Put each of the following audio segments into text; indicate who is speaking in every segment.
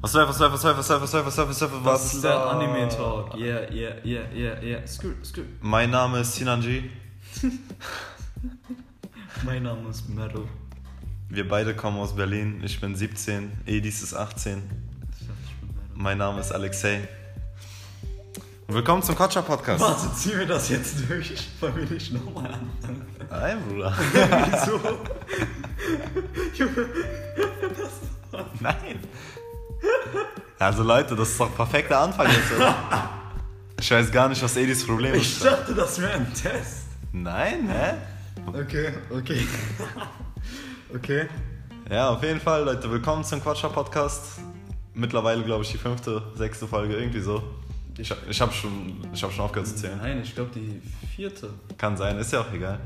Speaker 1: Was läuft, was läuft, was läuft, was läuft, was läuft, was läuft, was läuft, was
Speaker 2: Was
Speaker 1: ist der
Speaker 2: läuft?
Speaker 1: Anime Talk? Yeah, yeah, yeah, yeah, yeah.
Speaker 2: Skr, skr.
Speaker 1: Mein Name ist Sinanji.
Speaker 2: Mein Name ist Meadow.
Speaker 1: Wir beide kommen aus Berlin. Ich bin 17, Edis ist 18.
Speaker 2: Ich dachte, ich bin Meadow.
Speaker 1: Mein Name ist Alexei. Und willkommen zum Quatscher Podcast.
Speaker 2: Warte, ziehen wir das jetzt durch? Wollen wir nicht nochmal anfangen?
Speaker 1: Hi, Bruder.
Speaker 2: Wieso? Junge,
Speaker 1: Nein. Also Leute, das ist doch perfekter Anfang jetzt, oder? Ich weiß gar nicht, was Edis Problem
Speaker 2: ich
Speaker 1: ist.
Speaker 2: dachte, das wäre ein Test.
Speaker 1: Nein, hä?
Speaker 2: Okay, okay. Okay.
Speaker 1: Ja, auf jeden Fall, Leute, willkommen zum Quatscher Podcast. Mittlerweile, glaube ich, die fünfte, sechste Folge, irgendwie so. Ich, hab- ich habe schon, ich hab schon aufgehört zu zählen.
Speaker 2: Nein, ich glaube die vierte.
Speaker 1: Kann sein, ist ja auch egal.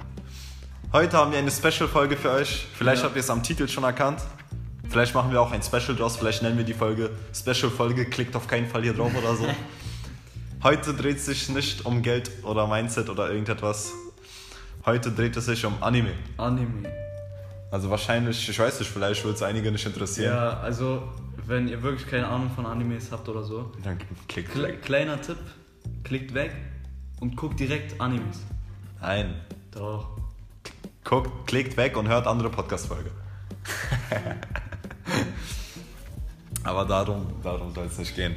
Speaker 1: Heute haben wir eine Special-Folge für euch. Vielleicht
Speaker 2: Ja.
Speaker 1: habt ihr es am Titel schon erkannt. Vielleicht machen wir auch ein Special draus. Vielleicht nennen wir die Folge Special-Folge. Klickt auf keinen Fall hier drauf oder so. Heute dreht es sich nicht um Geld oder Mindset oder irgendetwas. Heute dreht es sich um Anime.
Speaker 2: Anime.
Speaker 1: Also wahrscheinlich, ich weiß nicht, vielleicht wird es einige nicht interessieren.
Speaker 2: Ja, also, wenn ihr wirklich keine Ahnung von Animes habt oder so,
Speaker 1: Dann klickt.
Speaker 2: kle kleiner Tipp, klickt weg und guckt direkt Animes.
Speaker 1: Nein.
Speaker 2: Doch.
Speaker 1: Guckt, klickt weg und hört andere Podcast-Folge. Aber darum, darum soll es nicht gehen.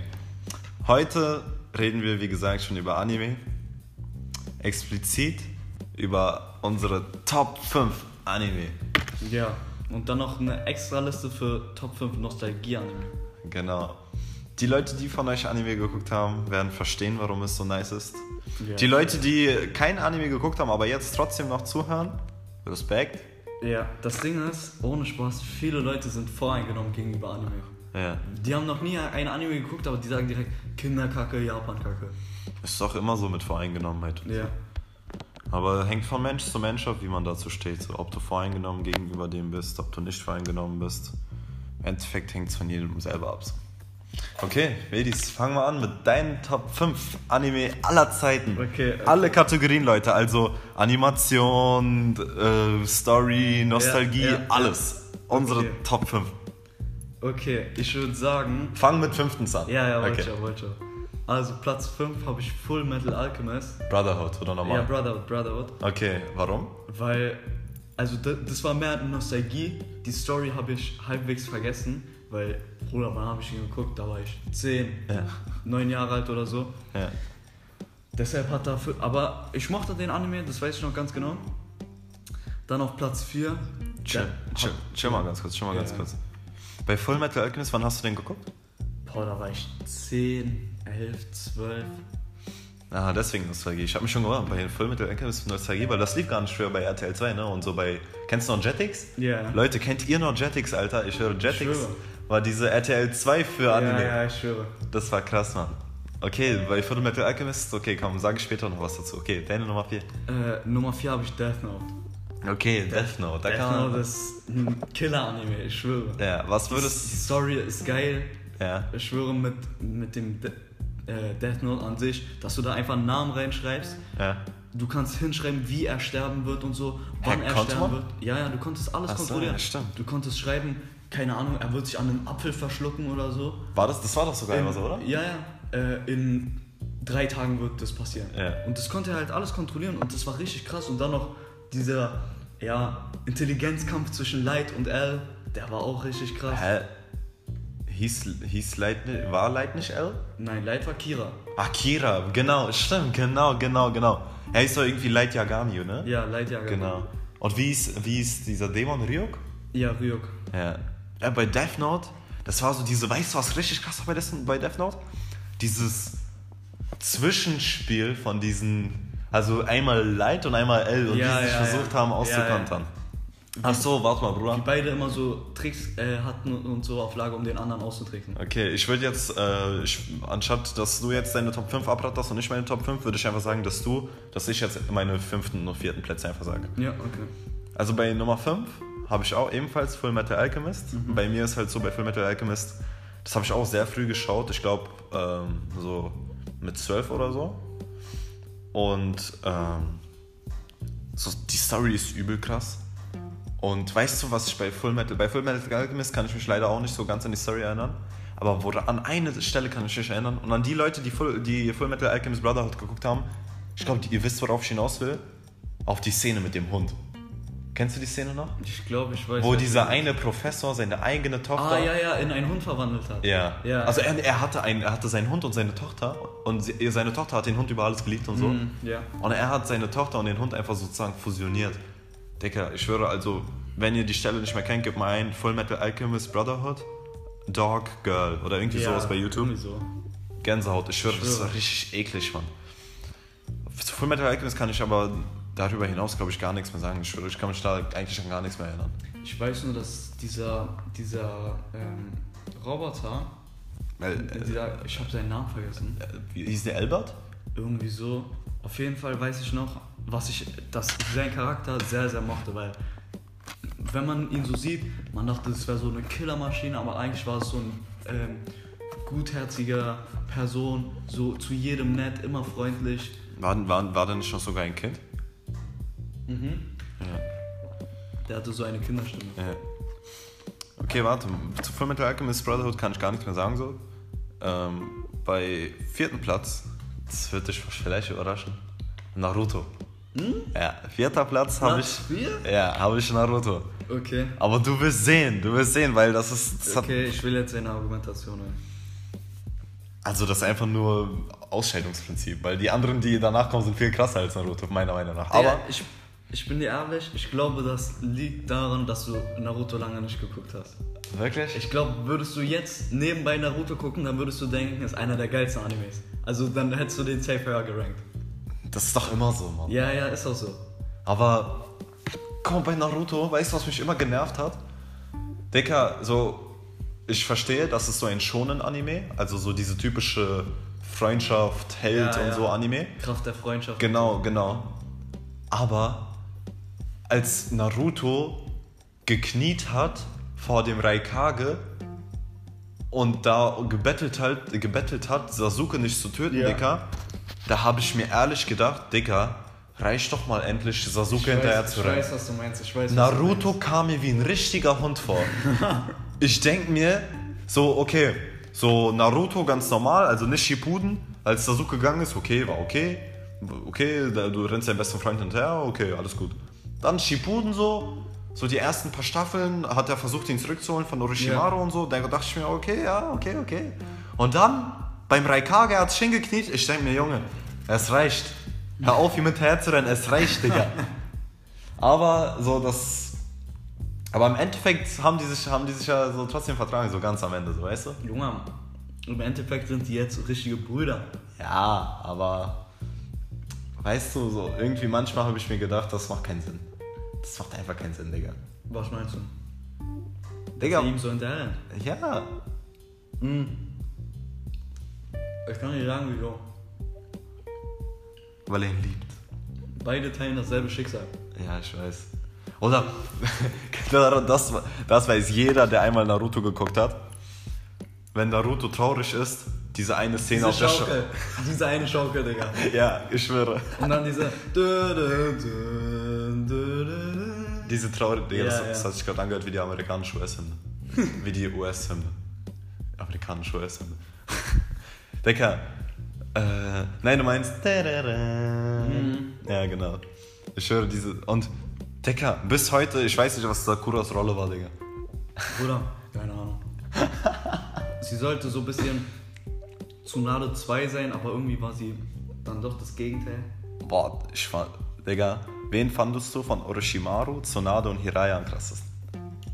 Speaker 1: Heute reden wir, wie gesagt, schon über Anime. Explizit über unsere Top 5 Anime.
Speaker 2: Ja. Und dann noch eine extra Liste für Top 5 Nostalgie-Anime.
Speaker 1: Genau. Die Leute, die von euch Anime geguckt haben, werden verstehen, warum es so nice ist.
Speaker 2: Ja.
Speaker 1: Die Leute, die kein Anime geguckt haben, aber jetzt trotzdem noch zuhören, Respekt.
Speaker 2: Ja, das Ding ist, ohne Spaß, viele Leute sind voreingenommen gegenüber Anime.
Speaker 1: Ja.
Speaker 2: Die haben noch nie ein Anime geguckt, aber die sagen direkt Kinderkacke, Japankacke.
Speaker 1: Ist doch immer so mit halt. Voreingenommenheit.
Speaker 2: Ja.
Speaker 1: Aber hängt von Mensch zu Mensch ab, wie man dazu steht. So, ob du voreingenommen gegenüber dem bist, ob du nicht voreingenommen bist. Im Endeffekt hängt es von jedem selber ab. so. Okay, Ladies, fangen wir an mit deinen Top 5 Anime aller Zeiten.
Speaker 2: Okay, okay.
Speaker 1: Alle Kategorien, Leute. Also Animation, äh, Story, Nostalgie,
Speaker 2: Ja, ja, ja.
Speaker 1: alles. Unsere
Speaker 2: Okay.
Speaker 1: Top 5.
Speaker 2: Okay, ich würde sagen.
Speaker 1: Fang mit fünftens an.
Speaker 2: Ja, ja, wollte
Speaker 1: okay.
Speaker 2: ich auch, wollte ich auch. Also Platz 5 habe ich Full Metal Alchemist.
Speaker 1: Brotherhood, oder nochmal?
Speaker 2: Ja, Brotherhood, Brotherhood.
Speaker 1: okay, warum?
Speaker 2: Weil, also da- das war mehr Nostalgie. Die Story habe ich halbwegs vergessen, weil, Bruder, wann habe ich ihn geguckt? Da war ich 10,
Speaker 1: Ja.
Speaker 2: 9 Jahre alt oder so.
Speaker 1: ja.
Speaker 2: Deshalb hat dafür. Aber ich mochte den Anime, das weiß ich noch ganz genau. Dann auf Platz 4.
Speaker 1: Chill, chill, chill mal ganz kurz, chill mal
Speaker 2: Ja.
Speaker 1: ganz kurz. Bei Full Metal Alchemist, wann hast du den geguckt?
Speaker 2: Boah, da war ich 10, 11, 12.
Speaker 1: Ah, deswegen Nostalgie. Ich habe mich schon gewundert, bei Full Metal Alchemist Nostalgie, weil das lief gar nicht früher bei RTL 2, ne? Und so bei. Kennst du noch Jetix?
Speaker 2: Ja.
Speaker 1: Leute, kennt ihr noch Jetix, Alter? Ich höre Jetix.
Speaker 2: schwöre.
Speaker 1: War diese RTL 2 für Anime.
Speaker 2: Ja, ja, ich schwöre.
Speaker 1: Das war krass, Mann. Okay, bei Full Metal Alchemist, okay, komm, sage ich später noch was dazu. Okay, deine Nummer 4.
Speaker 2: Äh, Nummer 4 habe ich Death Note.
Speaker 1: Okay, Death Note, da
Speaker 2: Death
Speaker 1: kann man.
Speaker 2: Note ist ein Killer-Anime, ich schwöre.
Speaker 1: Ja, was
Speaker 2: Die
Speaker 1: würdest.
Speaker 2: Story ist geil.
Speaker 1: Ja.
Speaker 2: Ich schwöre mit, mit dem De äh, Death Note an sich, dass du da einfach einen Namen reinschreibst.
Speaker 1: Ja.
Speaker 2: Du kannst hinschreiben, wie er sterben wird und so, wann
Speaker 1: Hä,
Speaker 2: er
Speaker 1: konnte
Speaker 2: sterben
Speaker 1: man?
Speaker 2: wird. Ja, ja, du konntest alles
Speaker 1: Ach so,
Speaker 2: kontrollieren.
Speaker 1: ja, stimmt.
Speaker 2: Du konntest schreiben, keine Ahnung, er wird sich an einem Apfel verschlucken oder so.
Speaker 1: War das, das war doch sogar immer
Speaker 2: In-
Speaker 1: so, oder?
Speaker 2: Ja, ja. Äh, in drei Tagen wird das passieren.
Speaker 1: Ja.
Speaker 2: Und das konnte er halt alles kontrollieren und das war richtig krass. Und dann noch dieser ja, Intelligenzkampf zwischen Light und L, der war auch richtig krass.
Speaker 1: Hä? Hieß, hieß Light, nicht- war Light nicht L?
Speaker 2: Nein, Light war Kira.
Speaker 1: Akira, genau, stimmt, genau, genau, genau. Er ist doch irgendwie Light Yagami, ne?
Speaker 2: Ja, Light ja.
Speaker 1: Genau. Und wie ist, wie ist dieser Dämon Ryuk?
Speaker 2: Ja, Ryuk.
Speaker 1: Ja. ja. Bei Death Note, das war so diese, weißt du, was richtig krass war bei, dessen, bei Death Note? Dieses Zwischenspiel von diesen, also einmal Light und einmal L und
Speaker 2: Ja,
Speaker 1: die sich
Speaker 2: ja,
Speaker 1: versucht
Speaker 2: ja.
Speaker 1: haben
Speaker 2: Ja,
Speaker 1: auszukontern. Ach so, warte mal, Bruder.
Speaker 2: Die beide immer so Tricks äh, hatten und so auf Lager, um den anderen auszutricksen.
Speaker 1: Okay, ich würde jetzt, äh, ich, anstatt dass du jetzt deine Top 5 abratterst und ich meine Top 5, würde ich einfach sagen, dass du, dass ich jetzt meine fünften und vierten Plätze einfach sage.
Speaker 2: Ja, okay.
Speaker 1: Also bei Nummer 5 habe ich auch ebenfalls Full Metal Alchemist. Bei mir ist halt so, bei Full Metal Alchemist, das habe ich auch sehr früh geschaut. Ich glaube, ähm, so mit 12 oder so. Und ähm, so, die Story ist übel krass. Und weißt du, was ich bei Full Metal, bei Full Metal Alchemist kann ich mich leider auch nicht so ganz an die Story erinnern. Aber wo, an eine Stelle kann ich mich erinnern. Und an die Leute, die Full, die Full Metal Alchemist Brotherhood geguckt haben, ich glaube, ihr wisst, worauf ich hinaus will. Auf die Szene mit dem Hund. Kennst du die Szene noch?
Speaker 2: Ich glaube, ich weiß.
Speaker 1: Wo
Speaker 2: was
Speaker 1: dieser
Speaker 2: du-
Speaker 1: eine Professor seine eigene Tochter.
Speaker 2: Ah, ja, ja, in einen Hund verwandelt hat.
Speaker 1: Ja.
Speaker 2: Ja.
Speaker 1: Also er, er, hatte einen, er hatte seinen Hund und seine Tochter und sie, seine Tochter hat den Hund über alles geliebt und so.
Speaker 2: Mhm, ja.
Speaker 1: Und er hat seine Tochter und den Hund einfach sozusagen fusioniert. Dicker, ich schwöre, also, wenn ihr die Stelle nicht mehr kennt, gebt mal ein Full Metal Alchemist Brotherhood, Dog Girl oder irgendwie
Speaker 2: ja,
Speaker 1: sowas bei YouTube.
Speaker 2: irgendwie So.
Speaker 1: Gänsehaut, ich schwöre, das
Speaker 2: Schwöre.
Speaker 1: war richtig eklig, Mann. Zu Full Metal Alchemist kann ich aber darüber hinaus, glaube ich, gar nichts mehr sagen. Ich schwöre, ich kann mich da eigentlich an gar nichts mehr erinnern.
Speaker 2: Ich weiß nur, dass dieser, dieser ähm, Roboter,
Speaker 1: Weil, äh,
Speaker 2: dieser, ich habe seinen Namen vergessen.
Speaker 1: wie hieß der Elbert?
Speaker 2: Irgendwie so. Auf jeden Fall weiß ich noch, was ich, dass ich seinen Charakter sehr, sehr mochte, weil wenn man ihn so sieht, man dachte, es wäre so eine Killermaschine, aber eigentlich war es so ein ähm, gutherziger Person, so zu jedem nett, immer freundlich.
Speaker 1: War, war, war da nicht noch sogar ein Kind?
Speaker 2: Mhm.
Speaker 1: Ja.
Speaker 2: Der hatte so eine Kinderstimme.
Speaker 1: Ja. Okay, warte. Zu Fullmetal Alchemist Brotherhood kann ich gar nichts mehr sagen. So. Ähm, bei vierten Platz, das wird dich vielleicht überraschen, Naruto. Ja, vierter Platz habe ich,
Speaker 2: Platz vier?
Speaker 1: ja, hab ich Naruto.
Speaker 2: Okay.
Speaker 1: Aber du wirst sehen, du wirst sehen, weil das ist, das
Speaker 2: Okay, ich will jetzt seine Argumentation hören.
Speaker 1: hat, also das ist einfach nur Ausscheidungsprinzip, weil die anderen, die danach kommen, sind viel krasser als Naruto, meiner Meinung nach. Aber
Speaker 2: Ja, ich, ich bin dir ehrlich, ich glaube, das liegt daran, dass du Naruto lange nicht geguckt hast.
Speaker 1: wirklich?
Speaker 2: Ich glaube, würdest du jetzt nebenbei Naruto gucken, dann würdest du denken, ist einer der geilsten Animes. Also dann hättest du den safe höher gerankt.
Speaker 1: das ist doch immer so, Mann.
Speaker 2: Ja, ja, ist auch so.
Speaker 1: Aber komm, bei Naruto, weißt du, was mich immer genervt hat? Dicker, so, ich verstehe, das ist so ein schonen Anime, also so diese typische Freundschaft, Held
Speaker 2: Ja,
Speaker 1: und
Speaker 2: ja.
Speaker 1: so Anime.
Speaker 2: Kraft der Freundschaft.
Speaker 1: Genau, genau. Aber als Naruto gekniet hat vor dem Raikage und da gebettelt hat, gebettelt hat Sasuke nicht zu töten,
Speaker 2: Ja.
Speaker 1: Dicker, da habe ich mir ehrlich gedacht, Dicker, reich doch mal endlich Sasuke
Speaker 2: ich
Speaker 1: hinterher
Speaker 2: weiß,
Speaker 1: zu
Speaker 2: ich
Speaker 1: rennen.
Speaker 2: weiß, was du meinst. Ich weiß,
Speaker 1: Naruto kam mir wie ein richtiger Hund vor. ich denke mir, so, okay, so Naruto ganz normal, also nicht Shippuden, als Sasuke gegangen ist, okay, war okay, okay, da- du rennst deinem besten Freund hinterher, okay, alles gut. Dann Shippuden so, so die ersten paar Staffeln hat er versucht, ihn zurückzuholen von Orochimaru und so, da dachte ich mir, okay, ja, okay, okay. Und dann beim Raikage hat es hingekniet, ich denke mir, Junge, es reicht. Hör auf, ihm hinterher zu rennen, es reicht, Digga. Aber so das. Aber im Endeffekt haben die sich, haben die sich ja so trotzdem vertragen, so ganz am Ende, so weißt du?
Speaker 2: was du meinst. Junge, im Endeffekt sind die jetzt so richtige Brüder.
Speaker 1: Ja, aber weißt du, so irgendwie manchmal habe ich mir gedacht, das macht keinen Sinn. Das macht einfach keinen Sinn, Digga.
Speaker 2: Was meinst du?
Speaker 1: Digga.
Speaker 2: Die ihm so hinterher.
Speaker 1: Ja.
Speaker 2: Mhm. Ich kann nicht sagen, wieso.
Speaker 1: Weil er ihn liebt.
Speaker 2: Beide teilen dasselbe Schicksal.
Speaker 1: Ja, ich weiß. Oder das, das weiß jeder, der einmal Naruto geguckt hat. Wenn Naruto traurig ist, diese eine Szene
Speaker 2: Diese
Speaker 1: auf der Schau-
Speaker 2: Schaukel. Diese eine Schaukel, Digga.
Speaker 1: Ja, ich schwöre.
Speaker 2: Und dann diese. dö, dö, dö, dö, dö, dö.
Speaker 1: Diese traurige, Digga,
Speaker 2: Ja,
Speaker 1: das,
Speaker 2: ja.
Speaker 1: das hat sich gerade angehört wie die amerikanische US-Hymne. wie die US-Hymne. Amerikanische US-Hymne. Digga, äh, nein, du meinst.
Speaker 2: Mhm.
Speaker 1: Ja, genau. Ich höre diese. Und, Digga, bis heute, ich weiß nicht, was Sakuras Rolle war, Digga.
Speaker 2: Bruder, keine Ahnung. Sie sollte so ein bisschen Tsunade 2 sein, aber irgendwie war sie dann doch das Gegenteil.
Speaker 1: Boah, ich fand. Digga, wen fandest du von Orochimaru, Tsunade und Hiraya am krassesten?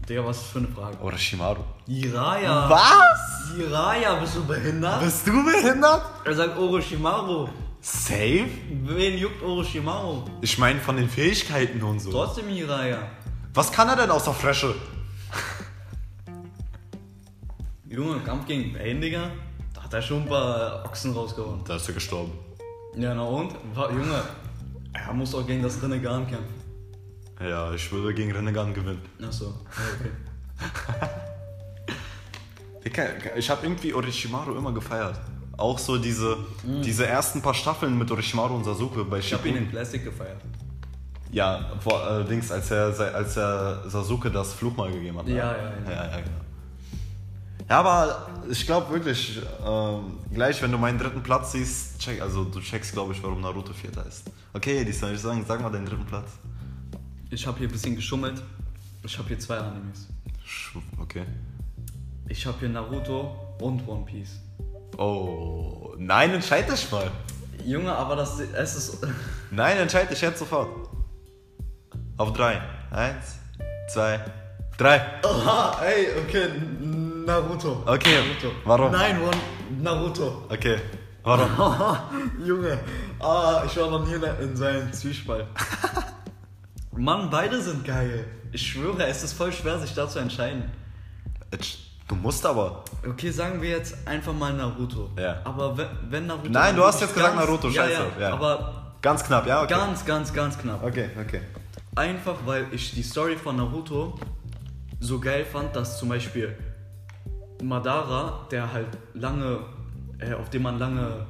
Speaker 2: Digga, was für eine Frage.
Speaker 1: Orochimaru.
Speaker 2: Jiraya!
Speaker 1: Was?
Speaker 2: Jiraya, bist du behindert?
Speaker 1: Bist du behindert?
Speaker 2: Er sagt Orochimaru.
Speaker 1: Safe?
Speaker 2: Wen juckt Orochimaru?
Speaker 1: Ich meine, von den Fähigkeiten und so.
Speaker 2: Trotzdem Jiraya.
Speaker 1: Was kann er denn außer Fresche?
Speaker 2: Junge, Kampf gegen Bane, Digga. Da hat er schon ein paar Ochsen rausgehauen.
Speaker 1: Da ist er gestorben.
Speaker 2: Ja, na und? Wa- Junge, er muss auch gegen das Rinnegan kämpfen.
Speaker 1: Ja, ich würde gegen Renegan gewinnen.
Speaker 2: Achso, ja, okay.
Speaker 1: Ich habe irgendwie Orochimaru immer gefeiert. Auch so diese, diese ersten paar Staffeln mit Orochimaru und Sasuke bei
Speaker 2: Ich hab ihn in
Speaker 1: Shippuden.
Speaker 2: Plastik gefeiert.
Speaker 1: Ja, vor, allerdings als er, als er Sasuke das Fluchmal gegeben hat. ne?
Speaker 2: Ja, ja, ja.
Speaker 1: ja, ja genau. Ja, aber ich glaube wirklich, ähm, gleich wenn du meinen dritten Platz siehst, check, also du checkst, glaube ich, warum Naruto Vierter ist. Okay, die soll ich sagen, sag mal deinen dritten Platz.
Speaker 2: Ich habe hier ein bisschen geschummelt. Ich habe hier zwei Animes.
Speaker 1: Sch- Okay.
Speaker 2: Ich habe hier Naruto und One Piece.
Speaker 1: Oh, nein, entscheid dich mal.
Speaker 2: Junge, aber das es ist
Speaker 1: Nein, entscheid dich jetzt sofort. Auf drei. Eins, zwei, drei.
Speaker 2: Oha, ey, okay, Naruto.
Speaker 1: Okay, warum?
Speaker 2: Nein, One Naruto.
Speaker 1: Okay, warum?
Speaker 2: Haha, Junge, ah, ich war noch nie in- in seinem Zwiespalt. Mann, beide sind geil. Ich schwöre, es ist voll schwer, sich da zu entscheiden.
Speaker 1: Jetzt- Du musst aber.
Speaker 2: Okay, sagen wir jetzt einfach mal Naruto.
Speaker 1: Ja.
Speaker 2: Aber wenn, wenn Naruto.
Speaker 1: Nein, du hast jetzt gesagt
Speaker 2: ganz-
Speaker 1: Naruto,
Speaker 2: ja,
Speaker 1: scheiße,
Speaker 2: Ja,
Speaker 1: ja.
Speaker 2: aber
Speaker 1: Ganz knapp, ja? Okay.
Speaker 2: ganz, ganz, ganz knapp.
Speaker 1: Okay, okay.
Speaker 2: Einfach weil ich die Story von Naruto so geil fand, dass zum Beispiel Madara, der halt lange, äh, auf dem man lange,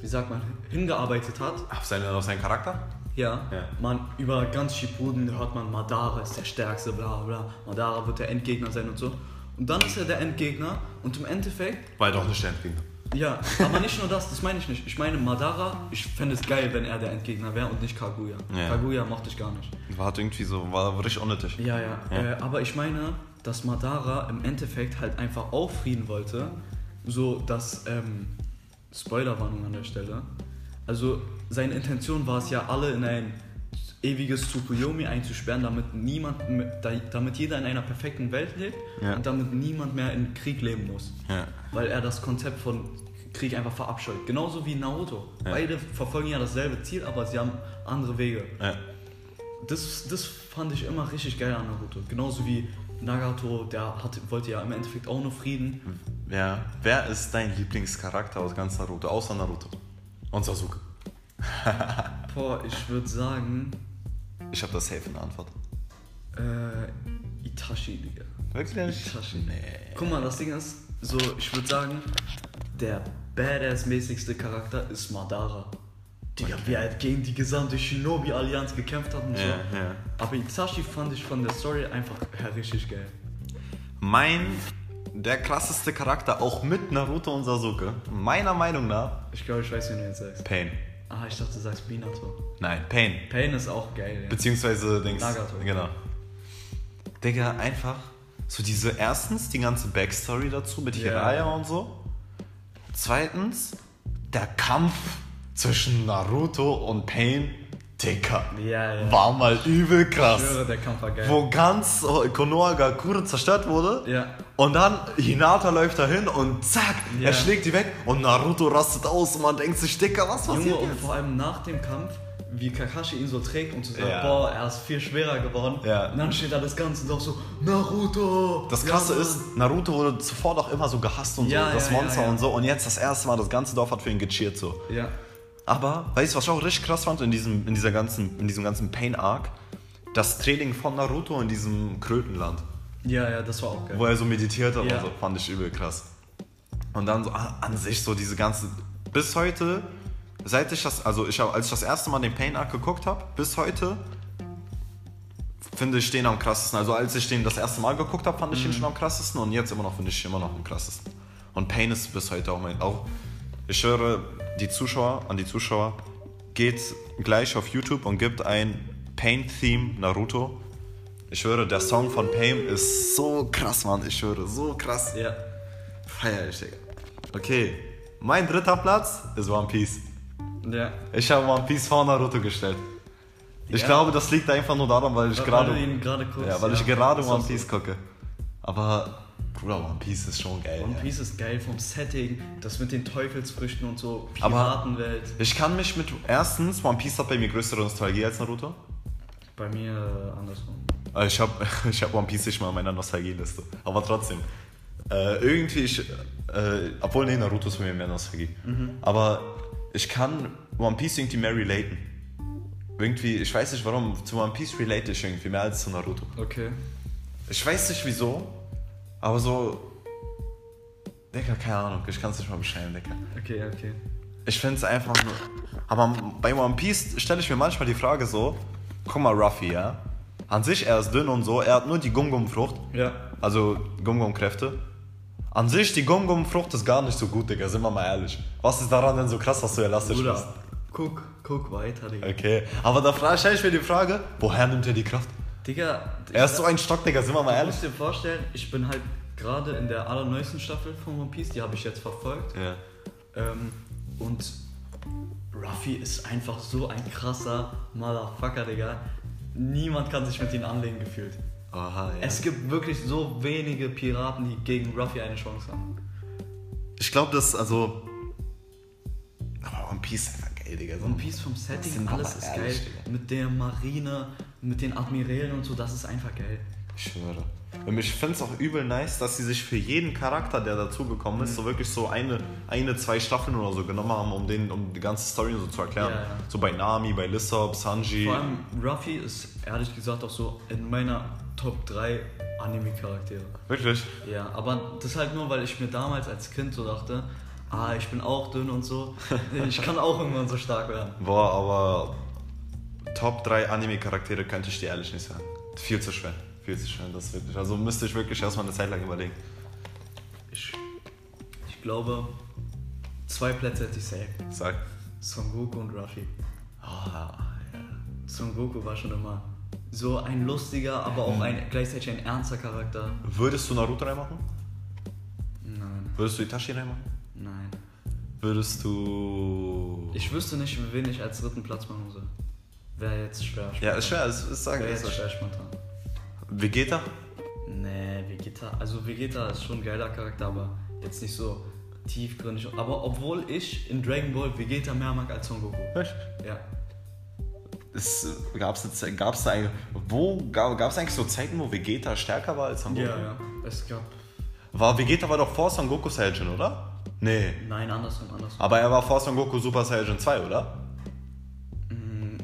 Speaker 2: wie sagt man, hingearbeitet hat,
Speaker 1: Auf seinen, auf seinen Charakter?
Speaker 2: ja,
Speaker 1: Ja.
Speaker 2: man über ganz Shippuden hört man, Madara ist der Stärkste, bla bla, Madara wird der Endgegner sein und so. Und dann ist er der Endgegner und im Endeffekt,
Speaker 1: War doch nicht der Endgegner.
Speaker 2: ja, aber nicht nur das, das meine ich nicht. Ich meine, Madara, ich fände es geil, wenn er der Endgegner wäre und nicht Kaguya.
Speaker 1: Ja.
Speaker 2: Kaguya mochte ich gar nicht.
Speaker 1: War halt irgendwie so, war richtig unnötig.
Speaker 2: Ja, ja.
Speaker 1: Ja.
Speaker 2: Äh, aber ich meine, dass Madara im Endeffekt halt einfach auffrieden wollte, so dass, ähm, Spoilerwarnung an der Stelle, also seine Intention war es ja, alle in ein ewiges Tsukuyomi einzusperren, damit niemand, mit- da- damit jeder in einer perfekten Welt lebt
Speaker 1: Ja.
Speaker 2: und damit niemand mehr in Krieg leben muss.
Speaker 1: Ja.
Speaker 2: Weil er das Konzept von Krieg einfach verabscheut. Genauso wie Naruto.
Speaker 1: Ja.
Speaker 2: Beide verfolgen ja dasselbe Ziel, aber sie haben andere Wege.
Speaker 1: ja.
Speaker 2: Das, das fand ich immer richtig geil an Naruto. Genauso wie Nagato, der hat, wollte ja im Endeffekt auch nur Frieden.
Speaker 1: Ja. Wer ist dein Lieblingscharakter aus ganz Naruto, außer Naruto? Und Sasuke.
Speaker 2: Boah, ich würde sagen,
Speaker 1: Ich habe das safe in der Antwort.
Speaker 2: äh, Itachi, Digga.
Speaker 1: Wirklich?
Speaker 2: Itachi.
Speaker 1: Nee.
Speaker 2: Guck mal, das Ding ist, so, ich würde sagen, der badass-mäßigste Charakter ist Madara. Digga, wie er gegen die gesamte Shinobi-Allianz gekämpft hat und
Speaker 1: Ja,
Speaker 2: so.
Speaker 1: ja.
Speaker 2: Aber Itachi fand ich von der Story einfach her richtig geil.
Speaker 1: Mein, der krasseste Charakter, auch mit Naruto und Sasuke, meiner Meinung nach,
Speaker 2: Ich glaube, ich weiß, wen du jetzt sagst.
Speaker 1: Pain.
Speaker 2: Ah, ich dachte, du sagst Minato.
Speaker 1: Nein, Pain.
Speaker 2: Pain ist auch geil, ja.
Speaker 1: Beziehungsweise Dings.
Speaker 2: Nagato.
Speaker 1: Genau. Digga, einfach so diese erstens die ganze Backstory dazu mit
Speaker 2: Ja.
Speaker 1: Hiraya und so. Zweitens der Kampf zwischen Naruto und Pain. Dicker.
Speaker 2: Ja, ja.
Speaker 1: War mal übel
Speaker 2: Ich
Speaker 1: krass.
Speaker 2: schwöre, der Kampf war geil.
Speaker 1: Wo ganz Konoha Gakure zerstört wurde.
Speaker 2: Ja.
Speaker 1: Und dann Hinata läuft dahin und zack,
Speaker 2: Ja.
Speaker 1: er schlägt die weg und Naruto rastet aus und man denkt sich, Dicker, was
Speaker 2: Junge,
Speaker 1: passiert
Speaker 2: und
Speaker 1: jetzt?
Speaker 2: vor allem nach dem Kampf, wie Kakashi ihn so trägt und zu sagen,
Speaker 1: Ja.
Speaker 2: boah, er ist viel schwerer geworden.
Speaker 1: Ja.
Speaker 2: Und dann steht da das Ganze doch so, Naruto!
Speaker 1: Das
Speaker 2: Ja,
Speaker 1: Krasse
Speaker 2: Mann.
Speaker 1: ist, Naruto wurde zuvor doch immer so gehasst und
Speaker 2: Ja,
Speaker 1: so, das
Speaker 2: ja, ja,
Speaker 1: Monster
Speaker 2: ja.
Speaker 1: und so. Und jetzt das erste Mal, das ganze Dorf hat für ihn gecheert so.
Speaker 2: Ja.
Speaker 1: Aber, weißt du, was ich auch richtig krass fand in diesem, in dieser ganzen, in diesem ganzen Pain-Arc? Das Training von Naruto in diesem Krötenland,
Speaker 2: Ja, ja, das war auch geil.
Speaker 1: wo er so meditiert hat
Speaker 2: Ja.
Speaker 1: und so, fand ich übel krass. Und dann so ah, an, an sich so diese ganze, bis heute, seit ich das, also ich habe, als ich das erste Mal den Pain-Arc geguckt habe, bis heute, finde ich den am krassesten. Also als ich den das erste Mal geguckt habe, fand ich den schon am krassesten und jetzt immer noch finde ich ihn immer noch am krassesten. Und Pain ist bis heute auch mein. Auch, ich höre die Zuschauer an die Zuschauer, geht gleich auf YouTube und gibt ein Pain-Theme Naruto. Ich höre, der Song von Pain ist so krass, Mann. Ich höre, so krass.
Speaker 2: Ja.
Speaker 1: Feier ich, Digga. Okay, mein dritter Platz ist One Piece.
Speaker 2: Ja.
Speaker 1: Ich habe One Piece vor Naruto gestellt. Ich
Speaker 2: Ja.
Speaker 1: glaube, das liegt einfach nur daran, weil ich
Speaker 2: Weil
Speaker 1: gerade.
Speaker 2: du ihn gerade guckst,
Speaker 1: Ja, weil
Speaker 2: ja.
Speaker 1: ich gerade
Speaker 2: Ist auch
Speaker 1: One
Speaker 2: so.
Speaker 1: Piece gucke. Aber, Bruder, One Piece ist schon geil.
Speaker 2: One
Speaker 1: ja.
Speaker 2: Piece ist geil vom Setting, das mit den Teufelsfrüchten und so,
Speaker 1: Aber-
Speaker 2: Piratenwelt.
Speaker 1: Ich kann mich mit. Erstens, One Piece hat bei mir größere Nostalgie als Naruto.
Speaker 2: Bei mir äh, andersrum.
Speaker 1: Äh, Ich habe ich hab One Piece nicht mal in meiner Nostalgieliste. Aber trotzdem. Äh, irgendwie, ich, äh, obwohl, nee, Naruto ist bei mir mehr Nostalgie. Aber ich kann One Piece irgendwie mehr relaten. Irgendwie, ich weiß nicht warum, zu One Piece relate ich irgendwie mehr als zu Naruto.
Speaker 2: Okay.
Speaker 1: Ich weiß nicht wieso, aber so. Digga, keine Ahnung, ich kann es nicht mal beschreiben, Digga.
Speaker 2: Okay, okay.
Speaker 1: Ich finde es einfach nur. Aber bei One Piece stelle ich mir manchmal die Frage so: Guck mal, Ruffy, ja? An sich, er ist dünn und so, er hat nur die Gum-Gum-Frucht,
Speaker 2: Ja.
Speaker 1: also Gum-Gum-Kräfte. An sich, die Gum-Gum-Frucht ist gar nicht so gut, Digga, sind wir mal ehrlich. Was ist daran denn so krass, dass du elastisch bist?
Speaker 2: Bruder, guck, guck weiter, Digga.
Speaker 1: Okay, aber da fra- stell ich mir die Frage, woher nimmt er die Kraft?
Speaker 2: Digga,
Speaker 1: Er ist so ein Stock, Digga, sind wir mal
Speaker 2: Du
Speaker 1: ehrlich.
Speaker 2: musst dir vorstellen, ich bin halt gerade in der allerneuesten Staffel von One Piece, die habe ich jetzt verfolgt.
Speaker 1: Ja.
Speaker 2: Ähm, und Ruffy ist einfach so ein krasser Motherfucker, Digga. Niemand kann sich mit ihm anlegen gefühlt.
Speaker 1: Aha, ja.
Speaker 2: Es gibt wirklich so wenige Piraten, die gegen Ruffy eine Chance haben.
Speaker 1: Ich glaube, das, also. Aber One Piece ist einfach geil, Digga. So
Speaker 2: One Piece vom Setting,
Speaker 1: Sind wir
Speaker 2: alles
Speaker 1: mal
Speaker 2: ist
Speaker 1: ehrlich,
Speaker 2: geil. Mit der Marine, mit den Admirälen und so, das ist einfach geil.
Speaker 1: Ich schwöre. Und ich finde es auch übel nice, dass sie sich für jeden Charakter, der dazugekommen
Speaker 2: Mhm.
Speaker 1: ist, so wirklich so eine, eine, zwei Staffeln oder so genommen haben, um, den, um die ganze Story so zu erklären.
Speaker 2: Ja, ja.
Speaker 1: So bei Nami, bei Lissop, Sanji.
Speaker 2: Vor allem Ruffy ist ehrlich gesagt auch so in meiner Top 3 Anime-Charaktere.
Speaker 1: Wirklich?
Speaker 2: Ja, aber das halt nur, weil ich mir damals als Kind so dachte, ah, ich bin auch dünn und so, ich kann auch irgendwann so stark werden.
Speaker 1: Boah, aber Top 3 Anime-Charaktere könnte ich dir ehrlich nicht sagen. Viel zu schwer. Viel zu schwer, das wirklich. Also müsste ich wirklich erstmal eine Zeit lang überlegen.
Speaker 2: Ich, ich glaube, zwei Plätze hätte ich safe.
Speaker 1: Sag.
Speaker 2: Son Goku und Ruffy.
Speaker 1: Ah, ja.
Speaker 2: Son Goku war schon immer so ein lustiger, aber auch ein, gleichzeitig ein ernster Charakter.
Speaker 1: Würdest du Naruto reinmachen?
Speaker 2: Nein,
Speaker 1: Würdest du Itachi reinmachen?
Speaker 2: nein.
Speaker 1: Würdest du.
Speaker 2: Ich wüsste nicht, wen ich als dritten Platz machen soll. Wäre jetzt schwer.
Speaker 1: ja, ist schwer, ist, ist sagen.
Speaker 2: Wäre
Speaker 1: Ist
Speaker 2: jetzt
Speaker 1: schwer.
Speaker 2: schwer spontan.
Speaker 1: Vegeta?
Speaker 2: Nee, Vegeta. Also Vegeta ist schon ein geiler Charakter, aber jetzt nicht so tiefgründig. Aber obwohl ich in Dragon Ball Vegeta mehr mag als Son Goku. Ja.
Speaker 1: Es gab's, jetzt- gab's da eigentlich, wo gab es eigentlich so Zeiten, wo Vegeta stärker war als Son Goku?
Speaker 2: Es gab.
Speaker 1: War Vegeta war doch vor Son Goku Saiyajin, oder? Nee.
Speaker 2: Nein, andersrum, andersrum.
Speaker 1: Aber er war vor Son Goku Super Saiyajin 2, oder?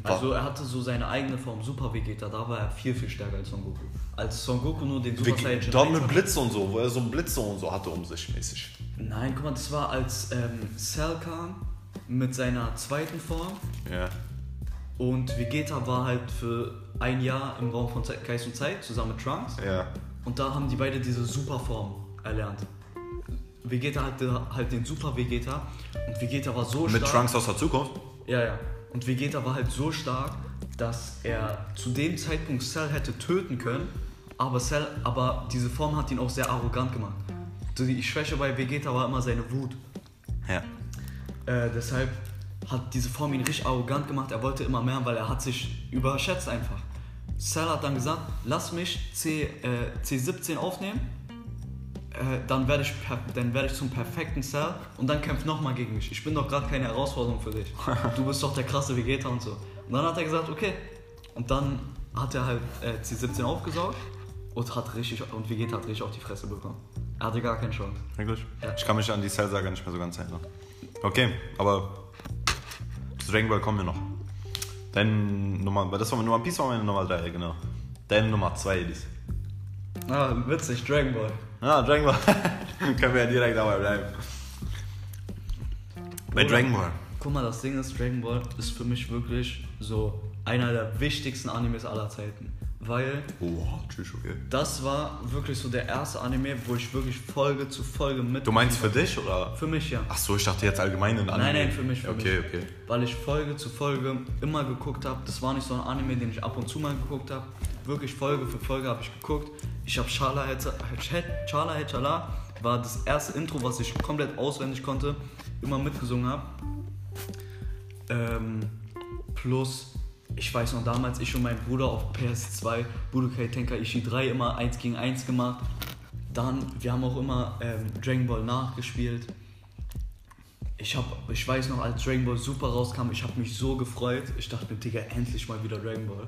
Speaker 2: Also er hatte so seine eigene Form, Super Vegeta, da war er viel, viel stärker als Son Goku. Als Son Goku nur den Super
Speaker 1: Vege
Speaker 2: Saiyajin
Speaker 1: dort
Speaker 2: 1
Speaker 1: mit
Speaker 2: hatte.
Speaker 1: Blitze und so, wo er so Blitze und so hatte um sich mäßig.
Speaker 2: Nein, guck mal, das war als ähm, Cell kam mit seiner zweiten Form
Speaker 1: Ja.
Speaker 2: und Vegeta war halt für ein Jahr im Raum von Ze- Geist und Zeit zusammen mit Trunks.
Speaker 1: Ja.
Speaker 2: Und da haben die beide diese Superform erlernt. Vegeta hatte halt den Super Vegeta und Vegeta war so
Speaker 1: Mit
Speaker 2: stark.
Speaker 1: Trunks aus der Zukunft?
Speaker 2: Ja, ja. Und Vegeta war halt so stark, dass er zu dem Zeitpunkt Cell hätte töten können, aber Cell, aber diese Form hat ihn auch sehr arrogant gemacht. Also Die Schwäche bei Vegeta war immer seine Wut.
Speaker 1: Ja.
Speaker 2: Äh, deshalb hat diese Form ihn richtig arrogant gemacht. Er wollte immer mehr, weil er hat sich überschätzt einfach. Cell hat dann gesagt, lass mich C, äh, C17 aufnehmen, äh, dann werde ich, per- dann werde ich zum perfekten Cell und dann kämpf nochmal gegen mich. Ich bin doch gerade keine Herausforderung für dich. Du bist doch der krasse Vegeta und so. Und dann hat er gesagt, okay. Und dann hat er halt äh, C17 aufgesaugt und, hat richtig, und Vegeta hat richtig auf die Fresse bekommen. Er hatte gar keine Chance.
Speaker 1: Wirklich?
Speaker 2: Ja.
Speaker 1: Ich kann mich an die Cell-Saga nicht mehr so ganz erinnern. Okay, aber zu Dragon Ball kommen wir noch. Dein Nummer, das war meine Nummer Piece war meine Nummer 3, genau. Deine Nummer 2, Elis.
Speaker 2: Ah, witzig, Dragon Ball.
Speaker 1: Ah, Dragon Ball. Können wir ja direkt dabei bleiben. Bei
Speaker 2: Oder-
Speaker 1: Dragon Ball.
Speaker 2: Guck mal, das Ding ist, Dragon Ball ist für mich wirklich so einer der wichtigsten Animes aller Zeiten. Weil
Speaker 1: Oha, Oh, tschüss, okay.
Speaker 2: das war wirklich so der erste Anime, wo ich wirklich Folge zu Folge mit.
Speaker 1: Du meinst für dich oder?
Speaker 2: Für mich ja.
Speaker 1: Ach so, ich dachte jetzt allgemein in Anime.
Speaker 2: Nein, nein, für mich, für
Speaker 1: okay,
Speaker 2: mich.
Speaker 1: okay.
Speaker 2: Weil ich Folge zu Folge immer geguckt habe. Das war nicht so ein Anime, den ich ab und zu mal geguckt habe. Wirklich Folge für Folge habe ich geguckt. Ich habe Shala Hetza- Hetz- Shala Hetchala war das erste Intro, was ich komplett auswendig konnte, immer mitgesungen habe. Ähm, plus, ich weiß noch damals, ich und mein Bruder auf PS2 Budokai Tenkaichi 3 immer 1 gegen 1 gemacht. Dann, wir haben auch immer ähm, Dragon Ball nachgespielt. Ich, hab, ich weiß noch, als Dragon Ball Super rauskam, ich habe mich so gefreut. Ich dachte mir, Digga, endlich mal wieder Dragon Ball.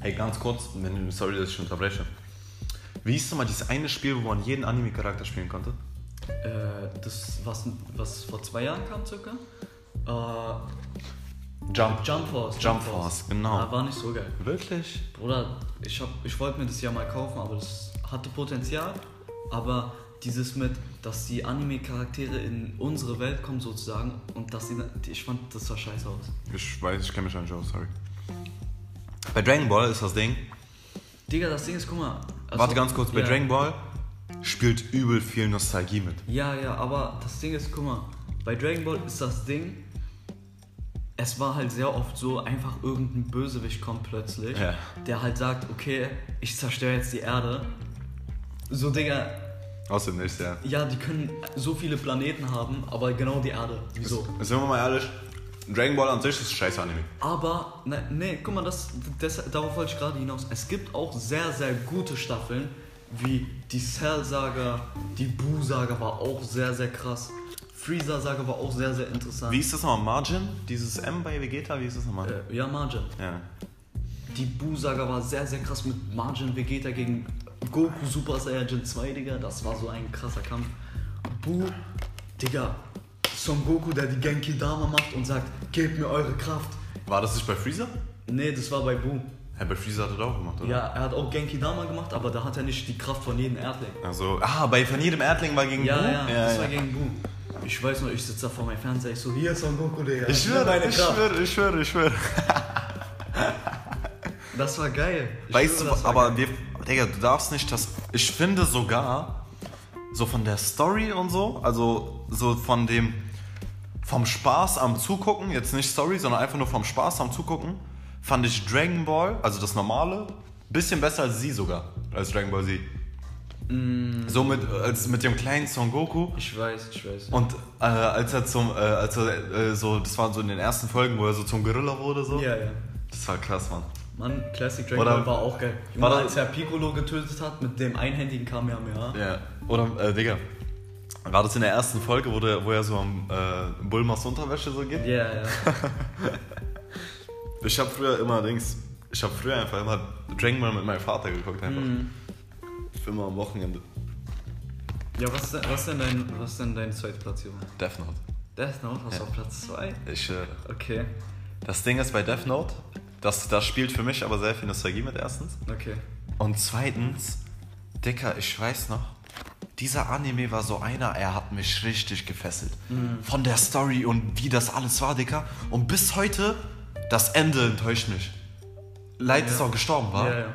Speaker 1: Hey, ganz kurz, wenn- sorry, dass ich unterbreche. Wie hieß nochmal dieses eine Spiel, wo man jeden Anime-Charakter spielen konnte?
Speaker 2: Äh, das, was, was vor zwei Jahren kam circa? Äh,
Speaker 1: Jump.
Speaker 2: Jump Force.
Speaker 1: Jump Force, genau.
Speaker 2: Ah, war nicht so geil.
Speaker 1: Wirklich?
Speaker 2: Bruder, ich, hab- ich wollte mir das ja mal kaufen, aber das hatte Potenzial. Aber dieses mit, dass die Anime-Charaktere in unsere Welt kommen sozusagen und dass die, ich fand, das sah scheiße aus.
Speaker 1: Ich weiß, ich kenne mich an Joe, sorry. Bei Dragon Ball ist das Ding.
Speaker 2: Digga, das Ding ist, guck mal. also-
Speaker 1: Warte ganz kurz, bei
Speaker 2: Ja.
Speaker 1: Dragon Ball spielt übel viel Nostalgie mit.
Speaker 2: Ja, ja, aber das Ding ist, guck mal, bei Dragon Ball ist das Ding, es war halt sehr oft so, einfach irgendein Bösewicht kommt plötzlich,
Speaker 1: Ja.
Speaker 2: der halt sagt, okay, ich zerstöre jetzt die Erde. So, Digga,
Speaker 1: Außer nicht, ja.
Speaker 2: ja, die können so viele Planeten haben, aber genau die Erde. Wieso?
Speaker 1: Jetzt Sind wir mal ehrlich, Dragon Ball an sich ist ein scheiß Anime.
Speaker 2: Aber, ne, nee, guck mal, das, das, darauf wollte ich gerade hinaus. Es gibt auch sehr, sehr gute Staffeln, wie die Cell-Saga, die Buu-Saga war auch sehr, sehr krass. Freezer-Saga war auch sehr, sehr interessant.
Speaker 1: Wie ist das nochmal? Margin? Dieses M bei Vegeta, wie ist das nochmal?
Speaker 2: Äh, ja, Margin.
Speaker 1: Ja.
Speaker 2: Die Buu-Saga war sehr, sehr krass mit Margin Vegeta gegen Goku Super Saiyajin 2, Digga. Das war so ein krasser Kampf. Buu, Digga, Son Goku, der die Genki-Dama macht und sagt, gebt mir eure Kraft.
Speaker 1: War das nicht bei Freezer?
Speaker 2: Nee, das war bei Buu.
Speaker 1: Ja, bei Freezer hat er das auch gemacht, oder?
Speaker 2: Ja, er hat auch Genki Dama gemacht, aber da hat er nicht die Kraft von jedem Erdling.
Speaker 1: Also, ah, bei von jedem Erdling war gegen
Speaker 2: Ja,
Speaker 1: Buu?
Speaker 2: ja, das war gegen Bu. Ich weiß noch, ich sitze da vor meinem Fernseher, ich so, hier ist Son Goku, Digga.
Speaker 1: Ich schwöre,
Speaker 2: Deine
Speaker 1: ich
Speaker 2: Kraft.
Speaker 1: schwöre, ich schwöre, ich schwöre.
Speaker 2: Das war geil. Ich
Speaker 1: Weißt
Speaker 2: schwöre,
Speaker 1: du,
Speaker 2: das war
Speaker 1: aber
Speaker 2: geil.
Speaker 1: wir, Digga, du darfst nicht das. Ich finde sogar, so von der Story und so, also so von dem, vom Spaß am Zugucken, jetzt nicht Story, sondern einfach nur vom Spaß am Zugucken, fand ich Dragon Ball, also das normale, bisschen besser als sie sogar, als Dragon Ball Z.
Speaker 2: Mm.
Speaker 1: So mit, als mit dem kleinen Son Goku.
Speaker 2: Ich weiß, ich weiß.
Speaker 1: Und äh, als er zum, äh, als er äh, so, das waren so in den ersten Folgen, wo er so zum Gorilla wurde, so.
Speaker 2: Ja, ja.
Speaker 1: Das war krass, Mann.
Speaker 2: Mann, Classic Dragon
Speaker 1: Oder-
Speaker 2: Ball war auch geil. Junge,
Speaker 1: War da-
Speaker 2: als er Piccolo getötet hat mit dem einhändigen Kamehameha.
Speaker 1: Ja, oder, äh, Digga, war das in der ersten Folge, wo, der, wo er so am äh, Bulmas Unterwäsche so gibt?
Speaker 2: Ja, ja.
Speaker 1: Ich habe früher immer, Dings, ich habe früher einfach immer Dragon Ball mit meinem Vater geguckt, einfach. Immer am Wochenende.
Speaker 2: Ja, was ist denn, was ist denn, dein, was ist denn deine zweite Platzierung?
Speaker 1: Death Note.
Speaker 2: Death Note, was
Speaker 1: Ja.
Speaker 2: auf Platz 2?
Speaker 1: Ich, äh,
Speaker 2: Okay,
Speaker 1: das Ding ist bei Death Note, das, das spielt für mich aber sehr viel Nostalgie mit, erstens.
Speaker 2: okay.
Speaker 1: Und zweitens, Dicker, ich weiß noch, dieser Anime war so einer, er hat mich richtig gefesselt.
Speaker 2: Mhm.
Speaker 1: Von der Story und wie das alles war, Dicker. Und bis heute, das Ende enttäuscht mich. Leid
Speaker 2: Ja.
Speaker 1: ist auch gestorben, war.
Speaker 2: Ja, ja.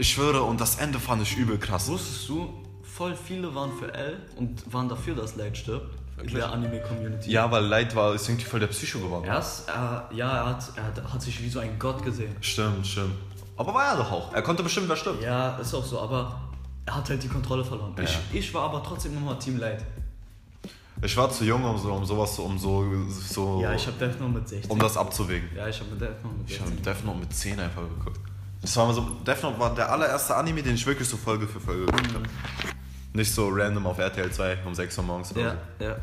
Speaker 1: Ich schwöre, und das Ende fand ich übel krass.
Speaker 2: Wusstest du, voll viele waren für L und waren dafür, dass Light stirbt?
Speaker 1: Wirklich?
Speaker 2: In der Anime-Community.
Speaker 1: Ja, weil Leid war, ist irgendwie voll der Psycho geworden.
Speaker 2: Er ist, äh, ja, er hat, er hat, hat sich wie so ein Gott gesehen.
Speaker 1: Stimmt, stimmt. Aber war er doch auch. Er konnte bestimmt, wer stirbt.
Speaker 2: Ja, ist auch so, aber er hat halt die Kontrolle verloren.
Speaker 1: Ja.
Speaker 2: Ich, ich war aber trotzdem immer Team Light.
Speaker 1: Ich war zu jung, um, so, um sowas, so- um so, so
Speaker 2: Ja, ich hab Death Note mit 16.
Speaker 1: um das abzuwägen.
Speaker 2: ja, ich hab mit Death Note mit
Speaker 1: Ich habe
Speaker 2: 16.
Speaker 1: Death Note mit 10 einfach geguckt. Das war mal so, Death Note war der allererste Anime, den ich wirklich so Folge für Folge geguckt habe. Nicht so random auf RTL 2 um 6 Uhr morgens. oder
Speaker 2: Ja, ja.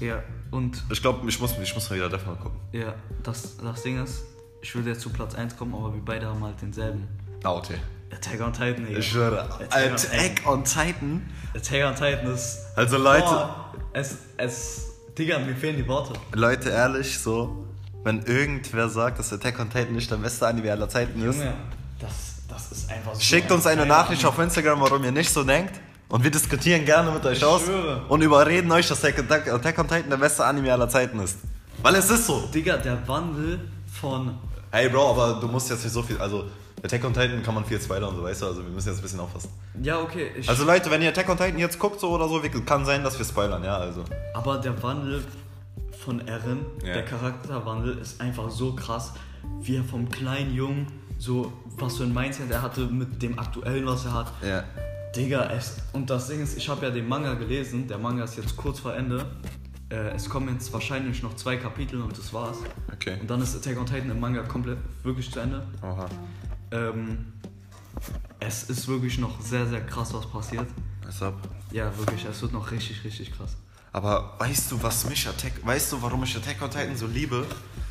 Speaker 2: Ja, und
Speaker 1: So. Ich glaube, ich muss, ich muss mal wieder Death Note gucken.
Speaker 2: ja, das, das Ding ist, ich würde jetzt zu Platz 1 kommen, aber wir beide haben halt denselben.
Speaker 1: Ah, okay.
Speaker 2: Attack on Titan, Digga.
Speaker 1: Ich schwöre,
Speaker 2: Attack on
Speaker 1: Attack on Titan.
Speaker 2: Attack on Titan ist.
Speaker 1: Also Leute,
Speaker 2: Boah, es, es. Digga, mir fehlen die Worte.
Speaker 1: Leute, ehrlich, so, wenn irgendwer sagt, dass Attack on Titan nicht der beste Anime aller Zeiten ist,
Speaker 2: Junge, das, das ist einfach so.
Speaker 1: schickt
Speaker 2: ein
Speaker 1: uns eine
Speaker 2: geiler
Speaker 1: Nachricht auf Instagram, warum ihr nicht so denkt. Und wir diskutieren gerne mit euch
Speaker 2: Ich
Speaker 1: aus
Speaker 2: schwöre.
Speaker 1: und überreden euch, dass Attack Attack on Titan der beste Anime aller Zeiten ist. Weil es ist so.
Speaker 2: Digga, der Wandel von.
Speaker 1: Ey, Bro, aber du musst jetzt nicht so viel. Also, Attack on Titan kann man viel zweiter und so, weißt du? Also, wir müssen jetzt ein bisschen aufpassen.
Speaker 2: Ja, okay. Ich,
Speaker 1: Also, Leute, wenn ihr Attack on Titan jetzt guckt, so oder so, wir- kann sein, dass wir spoilern, ja, also.
Speaker 2: aber der Wandel von Eren,
Speaker 1: Ja.
Speaker 2: der Charakterwandel ist einfach so krass, wie er vom kleinen Jungen, so was für ein Mindset er hatte mit dem aktuellen, was er hat.
Speaker 1: Ja.
Speaker 2: Digga, es, und das Ding ist, ich habe ja den Manga gelesen, der Manga ist jetzt kurz vor Ende. Äh, es kommen jetzt wahrscheinlich noch zwei Kapitel und das war's.
Speaker 1: Okay.
Speaker 2: Und dann ist Attack on Titan im Manga komplett wirklich zu Ende.
Speaker 1: Oha.
Speaker 2: Ähm, es ist wirklich noch sehr, sehr krass, was passiert.
Speaker 1: Was ab?
Speaker 2: Ja, wirklich, es wird noch richtig, richtig krass.
Speaker 1: Aber weißt du, was mich Attack. Weißt du, warum ich Attack on Titan so liebe?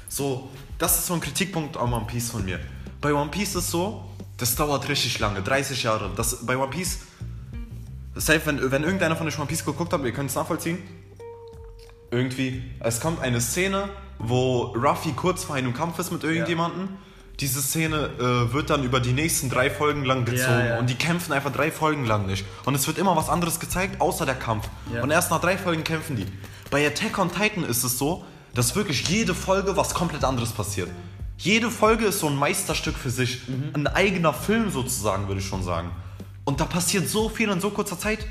Speaker 1: So, das ist so ein Kritikpunkt an One Piece von mir. Bei One Piece ist so, das dauert richtig lange, 30 Jahre. Das, bei One Piece. Safe, wenn, wenn irgendeiner von euch One Piece geguckt hat, ihr könnt es nachvollziehen. irgendwie, es kommt eine Szene, wo Ruffy kurz vor einem Kampf ist mit irgendjemandem. Diese Szene äh, wird dann über die nächsten drei Folgen lang gezogen
Speaker 2: ja.
Speaker 1: und die kämpfen einfach drei Folgen lang nicht. Und es wird immer was anderes gezeigt, außer der Kampf.
Speaker 2: Ja.
Speaker 1: Und erst nach drei Folgen kämpfen die. Bei Attack on Titan ist es so, dass wirklich jede Folge was komplett anderes passiert.
Speaker 2: Mhm.
Speaker 1: Jede Folge ist so ein Meisterstück für sich. Ein eigener Film sozusagen, würde ich schon sagen. Und da passiert so viel in so kurzer Zeit.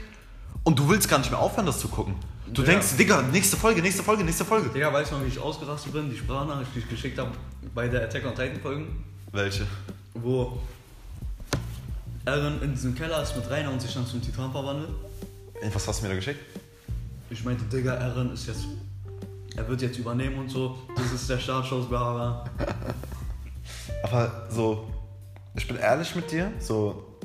Speaker 1: Und du willst gar nicht mehr aufhören, das zu gucken. Du
Speaker 2: Ja.
Speaker 1: denkst, Digga, nächste Folge, nächste Folge, nächste Folge.
Speaker 2: Digga, weißt du noch, wie ich ausgerastet bin? Die Sprachnachricht, die ich geschickt habe bei der Attack on Titan Folgen,
Speaker 1: Welche?
Speaker 2: wo Eren in diesem Keller ist mit Rainer und sich dann zum Titan verwandelt.
Speaker 1: Ey, Was hast du mir da geschickt?
Speaker 2: Ich meinte, Digga, Eren ist jetzt. Er wird jetzt übernehmen und so. Das ist der Startschuss, bla bla. bla.
Speaker 1: Aber so, ich bin ehrlich mit dir, so,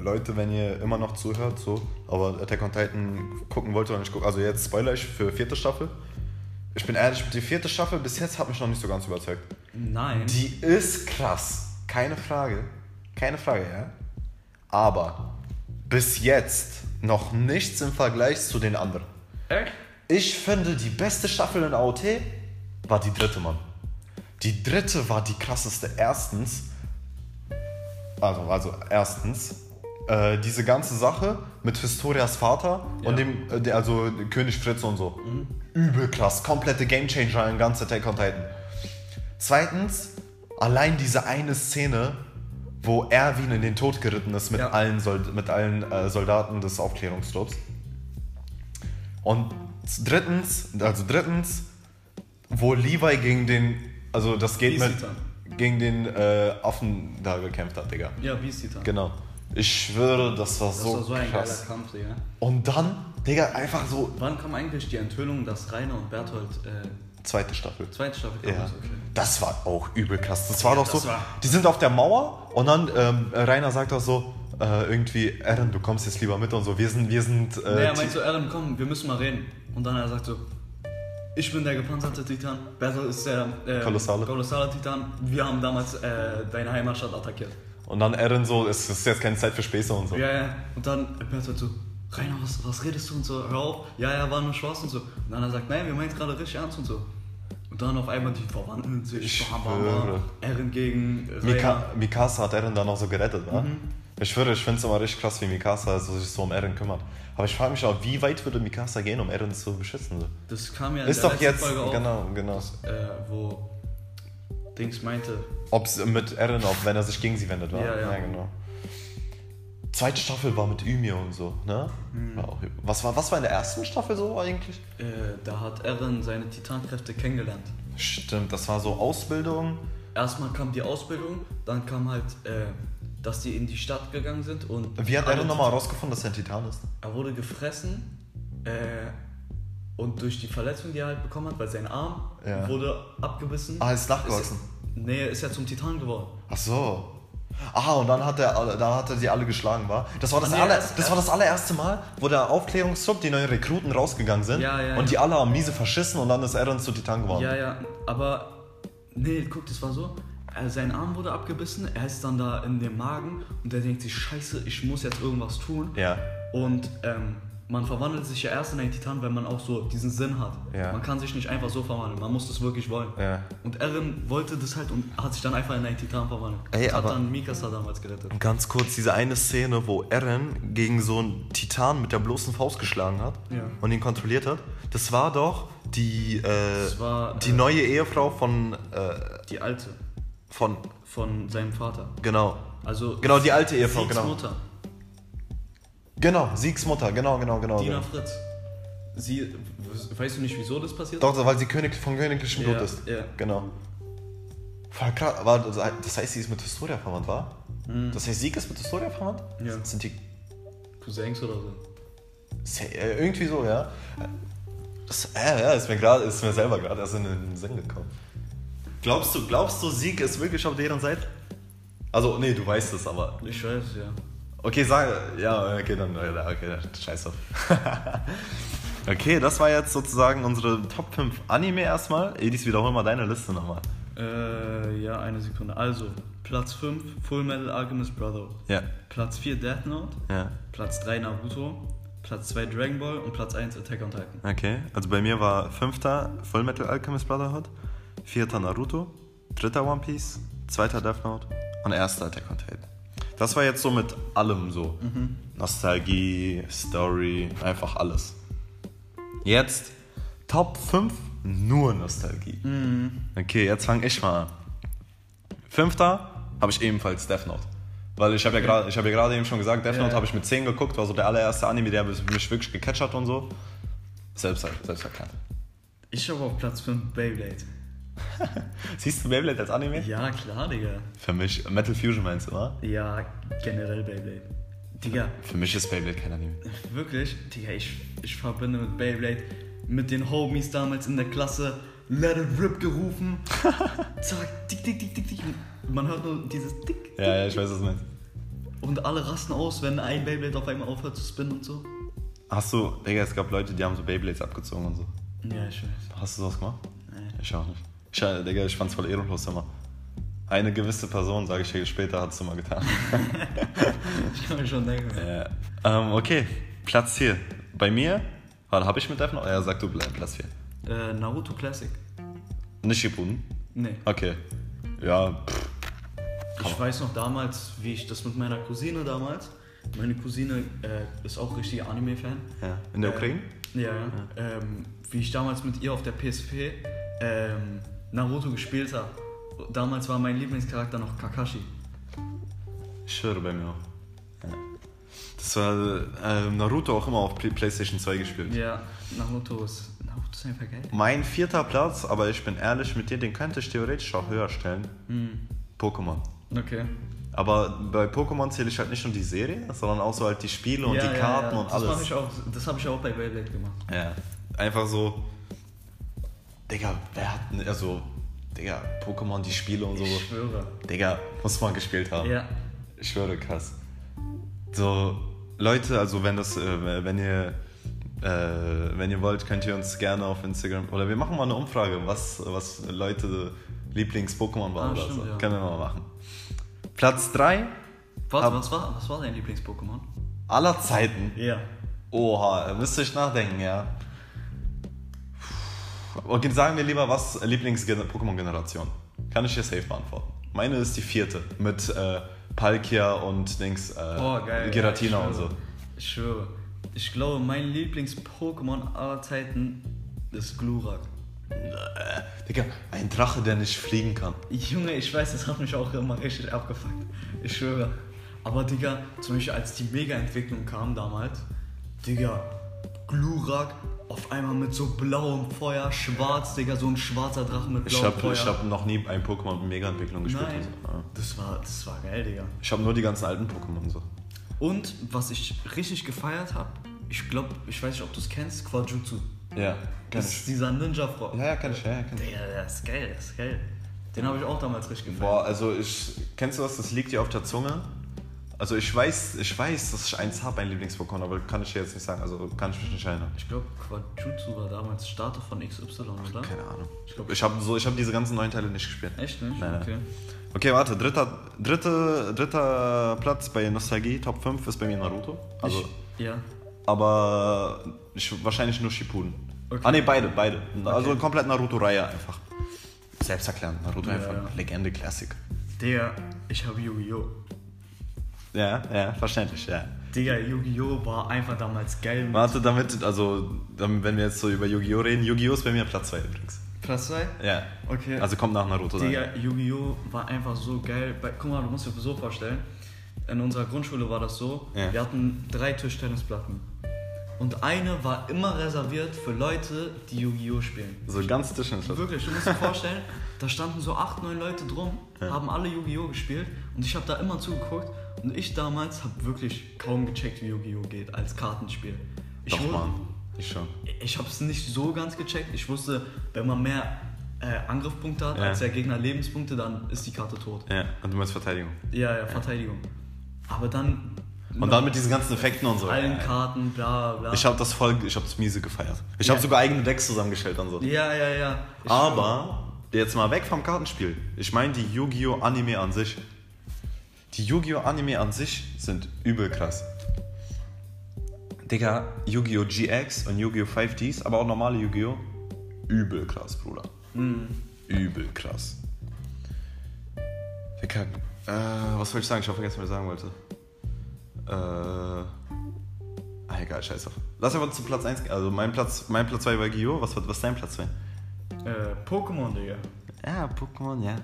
Speaker 1: Leute, wenn ihr immer noch zuhört, so, aber Attack on Titan gucken wollt oder nicht gucken, also jetzt spoiler ich für vierte Staffel. Ich bin ehrlich, die vierte Staffel bis jetzt hat mich noch nicht so ganz überzeugt.
Speaker 2: Nein.
Speaker 1: Die ist krass, keine Frage, keine Frage, ja. Aber bis jetzt noch nichts im Vergleich zu den anderen.
Speaker 2: Echt?
Speaker 1: Ich finde, die beste Staffel in AOT war die dritte, Mann. Die dritte war die krasseste. Erstens, also, also erstens, äh, diese ganze Sache mit Historias Vater
Speaker 2: Ja. Mhm.
Speaker 1: und dem, äh, der, also König Fritz und so. Übel krass, komplette Gamechanger in ganz Attack on Titan. Zweitens, allein diese eine Szene, wo Erwin in den Tod geritten ist mit
Speaker 2: Ja.
Speaker 1: allen, Sold mit allen äh, Soldaten des Aufklärungstrupps. Und drittens, also drittens, wo Levi gegen den, also das geht mit,
Speaker 2: Beast-Titan.
Speaker 1: gegen den äh, Affen da gekämpft hat, Digga.
Speaker 2: Ja, Beast Titan.
Speaker 1: Genau. Ich schwöre, das war
Speaker 2: Das
Speaker 1: so,
Speaker 2: war so ein
Speaker 1: krass.
Speaker 2: geiler Kampf, Digga.
Speaker 1: Und dann, Digga, einfach so
Speaker 2: Wann kam eigentlich die Enthüllung, dass Rainer und Berthold äh,
Speaker 1: zweite Staffel.
Speaker 2: zweite Staffel kamen?
Speaker 1: Ja.
Speaker 2: Ist Okay.
Speaker 1: Das war auch übel krass. Das war doch
Speaker 2: das
Speaker 1: so.
Speaker 2: war-
Speaker 1: Die sind auf der Mauer und dann ähm, Rainer sagt auch so äh, irgendwie, Aaron, du kommst jetzt lieber mit und so. Wir sind, wir sind. Äh,
Speaker 2: naja,
Speaker 1: Ti-
Speaker 2: meinst du, Eren, komm, wir müssen mal reden. Und dann er sagt so, ich bin der gepanzerte Titan, Berthold ist der äh,
Speaker 1: Kolossale.
Speaker 2: kolossale Titan, wir haben damals äh, deine Heimatstadt attackiert.
Speaker 1: und dann Aaron so, es ist jetzt keine Zeit für Späße und so.
Speaker 2: Ja, ja. Und dann Berthold so, Rainer, was, was redest du und so, hör auf, ja, ja, war nur Spaß und so. Und dann er sagt, nein, wir meinen es gerade richtig ernst und so. Und dann auf einmal die Verwandten sich,
Speaker 1: Ich
Speaker 2: bam, bam, bam.
Speaker 1: schwöre.
Speaker 2: Eren gegen Rainer.
Speaker 1: Mika Mikasa hat Eren dann noch so gerettet, wa?
Speaker 2: Mhm.
Speaker 1: Ich schwöre, ich finde es immer richtig krass, wie Mikasa so, sich so um Eren kümmert. Aber ich frage mich auch, wie weit würde Mikasa gehen, um Eren zu beschützen? So.
Speaker 2: Das kam ja in
Speaker 1: Ist
Speaker 2: der
Speaker 1: doch
Speaker 2: letzten
Speaker 1: jetzt.
Speaker 2: Folge auch,
Speaker 1: Genau, genau.
Speaker 2: äh, wo Dings meinte,
Speaker 1: Ob es mit Eren, ob wenn er sich gegen sie wendet, war.
Speaker 2: Ja, ja.
Speaker 1: genau. Zweite Staffel war mit Ymir und so, ne?
Speaker 2: Mhm.
Speaker 1: War auch, was, war, was war in der ersten Staffel so eigentlich?
Speaker 2: äh, da hat Eren seine Titankräfte kennengelernt.
Speaker 1: Stimmt, das war so Ausbildung.
Speaker 2: Erstmal kam die Ausbildung, dann kam halt, äh, dass die in die Stadt gegangen sind und.
Speaker 1: Wie hat
Speaker 2: alle
Speaker 1: Eren nochmal herausgefunden, dass er ein Titan ist?
Speaker 2: Er wurde gefressen äh, und durch die Verletzung, die er halt bekommen hat, weil sein Arm
Speaker 1: Ja.
Speaker 2: wurde abgebissen.
Speaker 1: Ah, ist nachgewachsen.
Speaker 2: Ist, nee, ist ja zum Titan geworden.
Speaker 1: Ach so. Ah, und dann hat er, alle- da hat er die alle geschlagen, war. Das war das,
Speaker 2: Nee,
Speaker 1: aller,
Speaker 2: erst-
Speaker 1: das war das allererste Mal, wo der Aufklärungstrupp, die neuen Rekruten rausgegangen sind
Speaker 2: Ja, ja,
Speaker 1: und
Speaker 2: ja.
Speaker 1: die alle haben miese verschissen und dann ist Eren zu Titan geworden.
Speaker 2: Ja, ja, aber. Nee, guck, das war so. äh, Sein Arm wurde abgebissen, er ist dann da in dem Magen und er denkt sich, scheiße, ich muss jetzt irgendwas tun.
Speaker 1: Ja.
Speaker 2: Und ähm, man verwandelt sich ja erst in einen Titan, wenn man auch so diesen Sinn hat.
Speaker 1: Ja.
Speaker 2: Man kann sich nicht einfach so verwandeln, man muss das wirklich wollen.
Speaker 1: Ja.
Speaker 2: Und Eren wollte das halt und hat sich dann einfach in einen Titan verwandelt.
Speaker 1: Ey,
Speaker 2: das
Speaker 1: aber-
Speaker 2: hat dann Mikasa damals gerettet.
Speaker 1: Und ganz kurz diese eine Szene, wo Eren gegen so einen Titan mit der bloßen Faust geschlagen hat
Speaker 2: Ja.
Speaker 1: und ihn kontrolliert hat, das war doch die, äh,
Speaker 2: Das war,
Speaker 1: die
Speaker 2: äh,
Speaker 1: neue Ehefrau von, äh,
Speaker 2: Die alte
Speaker 1: von,
Speaker 2: von seinem Vater.
Speaker 1: genau,
Speaker 2: Also
Speaker 1: genau, die alte Ehefrau,
Speaker 2: Siegs
Speaker 1: genau.
Speaker 2: Mutter,
Speaker 1: Genau, Siegs Mutter, genau, genau, genau.
Speaker 2: Dina
Speaker 1: genau.
Speaker 2: Fritz. Sie, weißt du nicht, wieso das passiert?
Speaker 1: Doch, weil sie König von königlichem
Speaker 2: Ja,
Speaker 1: Blut ist.
Speaker 2: ja.
Speaker 1: Genau. Voll krass. War, das heißt, sie ist mit Historia verwandt, war? Das heißt, Sieg ist mit Historia verwandt?
Speaker 2: Ja.
Speaker 1: Sind die
Speaker 2: Cousins oder so.
Speaker 1: sa- äh, irgendwie so, ja? Das, äh, ja, ist mir gerade, ist mir selber gerade erst in den Sinn gekommen. Glaubst du, glaubst du, Sieg ist wirklich auf deren Seite? Also, nee, du weißt es, aber.
Speaker 2: Ich weiß, ja.
Speaker 1: Okay, sag. Ja, okay, dann. ja, Okay, dann scheiß auf. okay, das war jetzt sozusagen unsere Top 5 Anime erstmal. Edis, wiederhol mal deine Liste nochmal.
Speaker 2: Äh, ja, eine Sekunde. Also, Platz 5, Full Metal Alchemist Brotherhood.
Speaker 1: Ja.
Speaker 2: Platz 4, Death Note.
Speaker 1: Ja.
Speaker 2: Platz 3, Naruto. Platz 2, Dragon Ball. Und Platz 1, Attack on Titan.
Speaker 1: Okay, also bei mir war fünfter Fullmetal Alchemist Brotherhood, vierter Naruto, dritter One Piece, zweiter Death Note und erster Attack on Titan. Das war jetzt so mit allem so. Nostalgie, Story, einfach alles. Jetzt Top 5 nur Nostalgie.
Speaker 2: Mhm.
Speaker 1: Okay, jetzt fange ich mal an. Fünfter habe ich ebenfalls Death Note. Weil ich habe ja gerade ich hab ja gerade eben schon gesagt, Death
Speaker 2: Ja,
Speaker 1: Note
Speaker 2: ja.
Speaker 1: habe ich mit 10 geguckt, war so der allererste Anime, der mich wirklich gecatcht hat und so. Selbst, halt, selbst erkannt.
Speaker 2: Ich habe auf Platz 5 Beyblade.
Speaker 1: Siehst du Beyblade als Anime?
Speaker 2: Ja, klar, Digga.
Speaker 1: Für mich, Metal Fusion meinst du, oder?
Speaker 2: Ja, generell Beyblade. Digga,
Speaker 1: Für mich ist Beyblade kein Anime.
Speaker 2: wirklich? Digga, ich, ich verbinde mit Beyblade, mit den Homies damals in der Klasse, Let it rip gerufen. Zack, tick, tick, tick, tick, tick. Man hört nur dieses Tick.
Speaker 1: Ja, ja, ich weiß, was du meinst.
Speaker 2: Und alle rasten aus, wenn ein Beyblade auf einmal aufhört zu spinnen und so.
Speaker 1: Hast du, Digga, es gab Leute, die haben so Beyblades abgezogen und so.
Speaker 2: Ja, ich weiß.
Speaker 1: Hast du sowas gemacht?
Speaker 2: Nee.
Speaker 1: Ich auch nicht. Ich, äh, Digga, ich fand's voll ehrenlos immer. Eine gewisse Person, sage ich dir später, hat's immer getan.
Speaker 2: Ich kann mir schon denken.
Speaker 1: Ja. Ähm, okay, Platz 4. Bei mir, warte, hab ich mit Death Note? Ja, sag du Pla- Platz 4.
Speaker 2: Äh, Naruto Classic.
Speaker 1: Nicht Shippuden?
Speaker 2: Nee.
Speaker 1: Okay. Ja, pff,
Speaker 2: Ich weiß noch damals, wie ich das mit meiner Cousine damals. Meine Cousine äh, ist auch richtiger Anime-Fan.
Speaker 1: ja. In der
Speaker 2: Äh,
Speaker 1: Ukraine?
Speaker 2: Ja. Ähm, wie ich damals mit ihr auf der PSP ähm, Naruto gespielt habe. Damals war mein Lieblingscharakter noch Kakashi.
Speaker 1: Ich schwöre bei mir auch. Ja. Das war äh, Naruto auch immer auf Play- Playstation 2 gespielt.
Speaker 2: Ja, Naruto ist. Naruto ist einfach geil.
Speaker 1: Mein vierter Platz, aber ich bin ehrlich mit dir, den könnte ich theoretisch auch höher stellen. Mhm. Pokémon.
Speaker 2: Okay.
Speaker 1: Aber bei Pokémon zähle ich halt nicht nur die Serie, sondern auch so halt die Spiele und
Speaker 2: ja,
Speaker 1: die Karten und
Speaker 2: das mach
Speaker 1: alles.
Speaker 2: Ich auch, das habe ich auch bei Beyblade gemacht.
Speaker 1: Ja. Einfach so. Digga, wer hat denn. Also, Digga, Pokémon, die Spiele und so.
Speaker 2: Ich schwöre.
Speaker 1: Digga, muss man gespielt haben.
Speaker 2: Ja.
Speaker 1: Ich schwöre, krass. So, Leute, also wenn das, äh, wenn ihr, äh, wenn ihr wollt, könnt ihr uns gerne auf Instagram, oder wir machen mal eine Umfrage, was, was Leute Lieblings-Pokémon waren
Speaker 2: Ah,
Speaker 1: oder
Speaker 2: stimmt,
Speaker 1: so.
Speaker 2: ja.
Speaker 1: Können wir mal machen. Platz 3
Speaker 2: Warte,
Speaker 1: Ab-
Speaker 2: was war, was war dein Lieblings-Pokémon?
Speaker 1: aller Zeiten.
Speaker 2: Ja.
Speaker 1: Oha, müsste ich nachdenken, ja. Okay, sagen wir lieber, was Lieblings-Pokémon-Generation? Kann ich dir safe beantworten. Meine ist die vierte, mit äh, Palkia und Dings, äh,
Speaker 2: Oh, geil.
Speaker 1: Giratina
Speaker 2: ja, ich
Speaker 1: und so.
Speaker 2: schwöre. Ich schwöre. Ich glaube, mein Lieblings-Pokémon aller Zeiten ist Glurak.
Speaker 1: Äh, Digga, ein Drache, der nicht fliegen kann.
Speaker 2: Junge, ich weiß, das hat mich auch immer richtig abgefuckt. Ich schwöre. Aber Digga, zum Beispiel als die Mega-Entwicklung kam damals, Digga, Glurak auf einmal mit so blauem Feuer, schwarz, Digga, so ein schwarzer Drache mit
Speaker 1: Ich
Speaker 2: blauem
Speaker 1: habe
Speaker 2: Feuer.
Speaker 1: hab noch nie ein Pokémon mit Mega-Entwicklung gespielt.
Speaker 2: oh, Nein,
Speaker 1: und so. Ja.
Speaker 2: das war, das war geil, Digga.
Speaker 1: Ich habe nur die ganzen alten Pokémon und so.
Speaker 2: Und was ich richtig gefeiert habe, ich glaube, ich weiß nicht, ob du es kennst, Quajutsu.
Speaker 1: Ja, kann
Speaker 2: Das ist dieser Ninja-Frog.
Speaker 1: Ja, ja, kann ich, ja, ja, kann ich.
Speaker 2: Digga, der ist geil, der ist geil. Den habe ich auch damals richtig gefeiert.
Speaker 1: Boah, also ich. Kennst du was? Das liegt dir auf der Zunge. Also ich weiß, ich weiß, dass ich eins habe, ein Lieblings-Pokémon, aber kann ich dir jetzt nicht sagen. Also kann ich mich nicht erinnern.
Speaker 2: Ich glaube, Quajutsu war damals Starter von XY, oder?
Speaker 1: Keine Ahnung. Ich,
Speaker 2: glaub-
Speaker 1: ich habe so, ich hab diese ganzen neuen Teile nicht gespielt.
Speaker 2: Echt nicht?
Speaker 1: Nein, nein.
Speaker 2: okay.
Speaker 1: Okay, warte, dritter, dritte, dritter Platz bei Nostalgie, Top 5 ist bei mir Naruto. Also,
Speaker 2: ich, ja.
Speaker 1: aber ich, wahrscheinlich nur Shippuden.
Speaker 2: Okay.
Speaker 1: Ah ne, beide, beide. Also komplett Naruto-Reihe einfach. Selbst erklären, Naruto
Speaker 2: Ja,
Speaker 1: einfach
Speaker 2: ja.
Speaker 1: Legende, Classic.
Speaker 2: Digga, ich habe Yu-Gi-Oh!
Speaker 1: Ja, ja, verständlich, ja.
Speaker 2: Digga, Yu-Gi-Oh! war einfach damals geil.
Speaker 1: Warte, damit, also, dann, wenn wir jetzt so über Yu-Gi-Oh! reden, Yu-Gi-Oh! ist bei mir Platz 2 übrigens.
Speaker 2: Platz 2?
Speaker 1: Ja.
Speaker 2: Okay.
Speaker 1: Also kommt nach Naruto dann.
Speaker 2: Digga, Yu-Gi-Oh! war einfach so geil. Bei, guck mal, du musst dir das so vorstellen. In unserer Grundschule war das so,
Speaker 1: Ja.
Speaker 2: wir hatten drei Tischtennisplatten. Und eine war immer reserviert für Leute, die Yu-Gi-Oh! spielen.
Speaker 1: So ganz Tischtennisplatte.
Speaker 2: Wirklich, du musst dir vorstellen, da standen so acht, neun Leute drum, haben alle Yu-Gi-Oh! gespielt und ich habe da immer zugeguckt und ich damals habe wirklich kaum gecheckt, wie Yu-Gi-Oh! geht als Kartenspiel. Ich
Speaker 1: Doch,
Speaker 2: wu-
Speaker 1: Mann. Ich schon.
Speaker 2: Ich habe es nicht so ganz gecheckt. Ich wusste, wenn man mehr äh, Angriffspunkte hat
Speaker 1: Ja.
Speaker 2: als der Gegner Lebenspunkte, dann ist die Karte tot.
Speaker 1: Ja, und du meinst Verteidigung.
Speaker 2: Ja, ja, Verteidigung. Aber dann
Speaker 1: Und dann mit diesen ganzen Effekten und so.
Speaker 2: Genau. allen
Speaker 1: Ja, ja.
Speaker 2: Karten, bla bla.
Speaker 1: Ich habe das voll, ich habe das miese gefeiert. Ich habe sogar eigene Decks zusammengestellt und so.
Speaker 2: ja, ja, ja. Ich-
Speaker 1: Aber jetzt mal weg vom Kartenspiel. Ich meine die Yu-Gi-Oh! Anime an sich. Die Yu-Gi-Oh! Anime an sich sind übel krass. Digga, Yu-Gi-Oh! GX und Yu-Gi-Oh! 5Ds, aber auch normale Yu-Gi-Oh! Übel krass, Bruder. Übel krass. Digga, äh, was wollte ich sagen? Ich habe vergessen, was ich sagen wollte. Äh. Ah, egal, scheiß drauf. Lass einfach zu Platz 1 Also, mein Platz 2 mein Platz zwei war Yu-Gi-Oh! Was, war- was ist dein Platz 2?
Speaker 2: Äh, Pokémon, Digga.
Speaker 1: Ja, Pokémon, ja.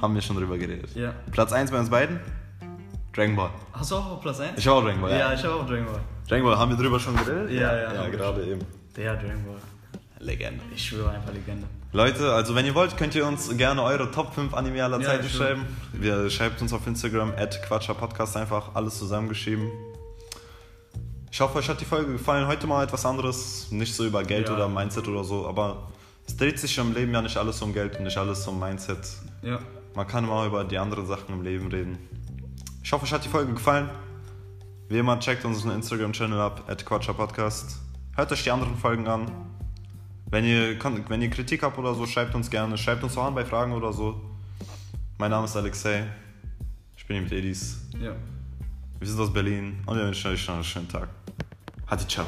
Speaker 1: Haben wir schon drüber geredet.
Speaker 2: Ja.
Speaker 1: Platz 1 bei uns beiden? Dragon Ball.
Speaker 2: Hast du auch auf Platz 1?
Speaker 1: Ich habe auch Dragon Ball.
Speaker 2: ja, ich habe auch Dragon Ball.
Speaker 1: Dragon Ball, haben wir drüber schon geredet?
Speaker 2: Ja, ja,
Speaker 1: Ja,
Speaker 2: haben wir
Speaker 1: gerade eben.
Speaker 2: Der Dragon Ball.
Speaker 1: Legende.
Speaker 2: Ich schwöre einfach Legende.
Speaker 1: Leute, also wenn ihr wollt, könnt ihr uns gerne eure Top 5 Anime aller
Speaker 2: Ja,
Speaker 1: Zeiten
Speaker 2: sure.
Speaker 1: schreiben. Wir schreibt uns auf Instagram, at quatscherpodcast einfach, alles zusammengeschrieben. Ich hoffe, euch hat die Folge gefallen. Heute mal etwas anderes, nicht so über Geld
Speaker 2: Ja.
Speaker 1: oder Mindset oder so, aber es dreht sich im Leben ja nicht alles um Geld und nicht alles um Mindset.
Speaker 2: Ja.
Speaker 1: Man kann immer über die anderen Sachen im Leben reden. Ich hoffe, euch hat die Folge gefallen. Wie immer, checkt unseren Instagram-Channel ab, at Podcast. Hört euch die anderen Folgen an. Wenn ihr, Kon- wenn ihr Kritik habt oder so, schreibt uns gerne. Schreibt uns auch an bei Fragen oder so. Mein Name ist Alexei. Ich bin hier mit Edis.
Speaker 2: Ja.
Speaker 1: Wir sind aus Berlin und wir wünschen euch noch einen schönen Tag. Hatte ciao.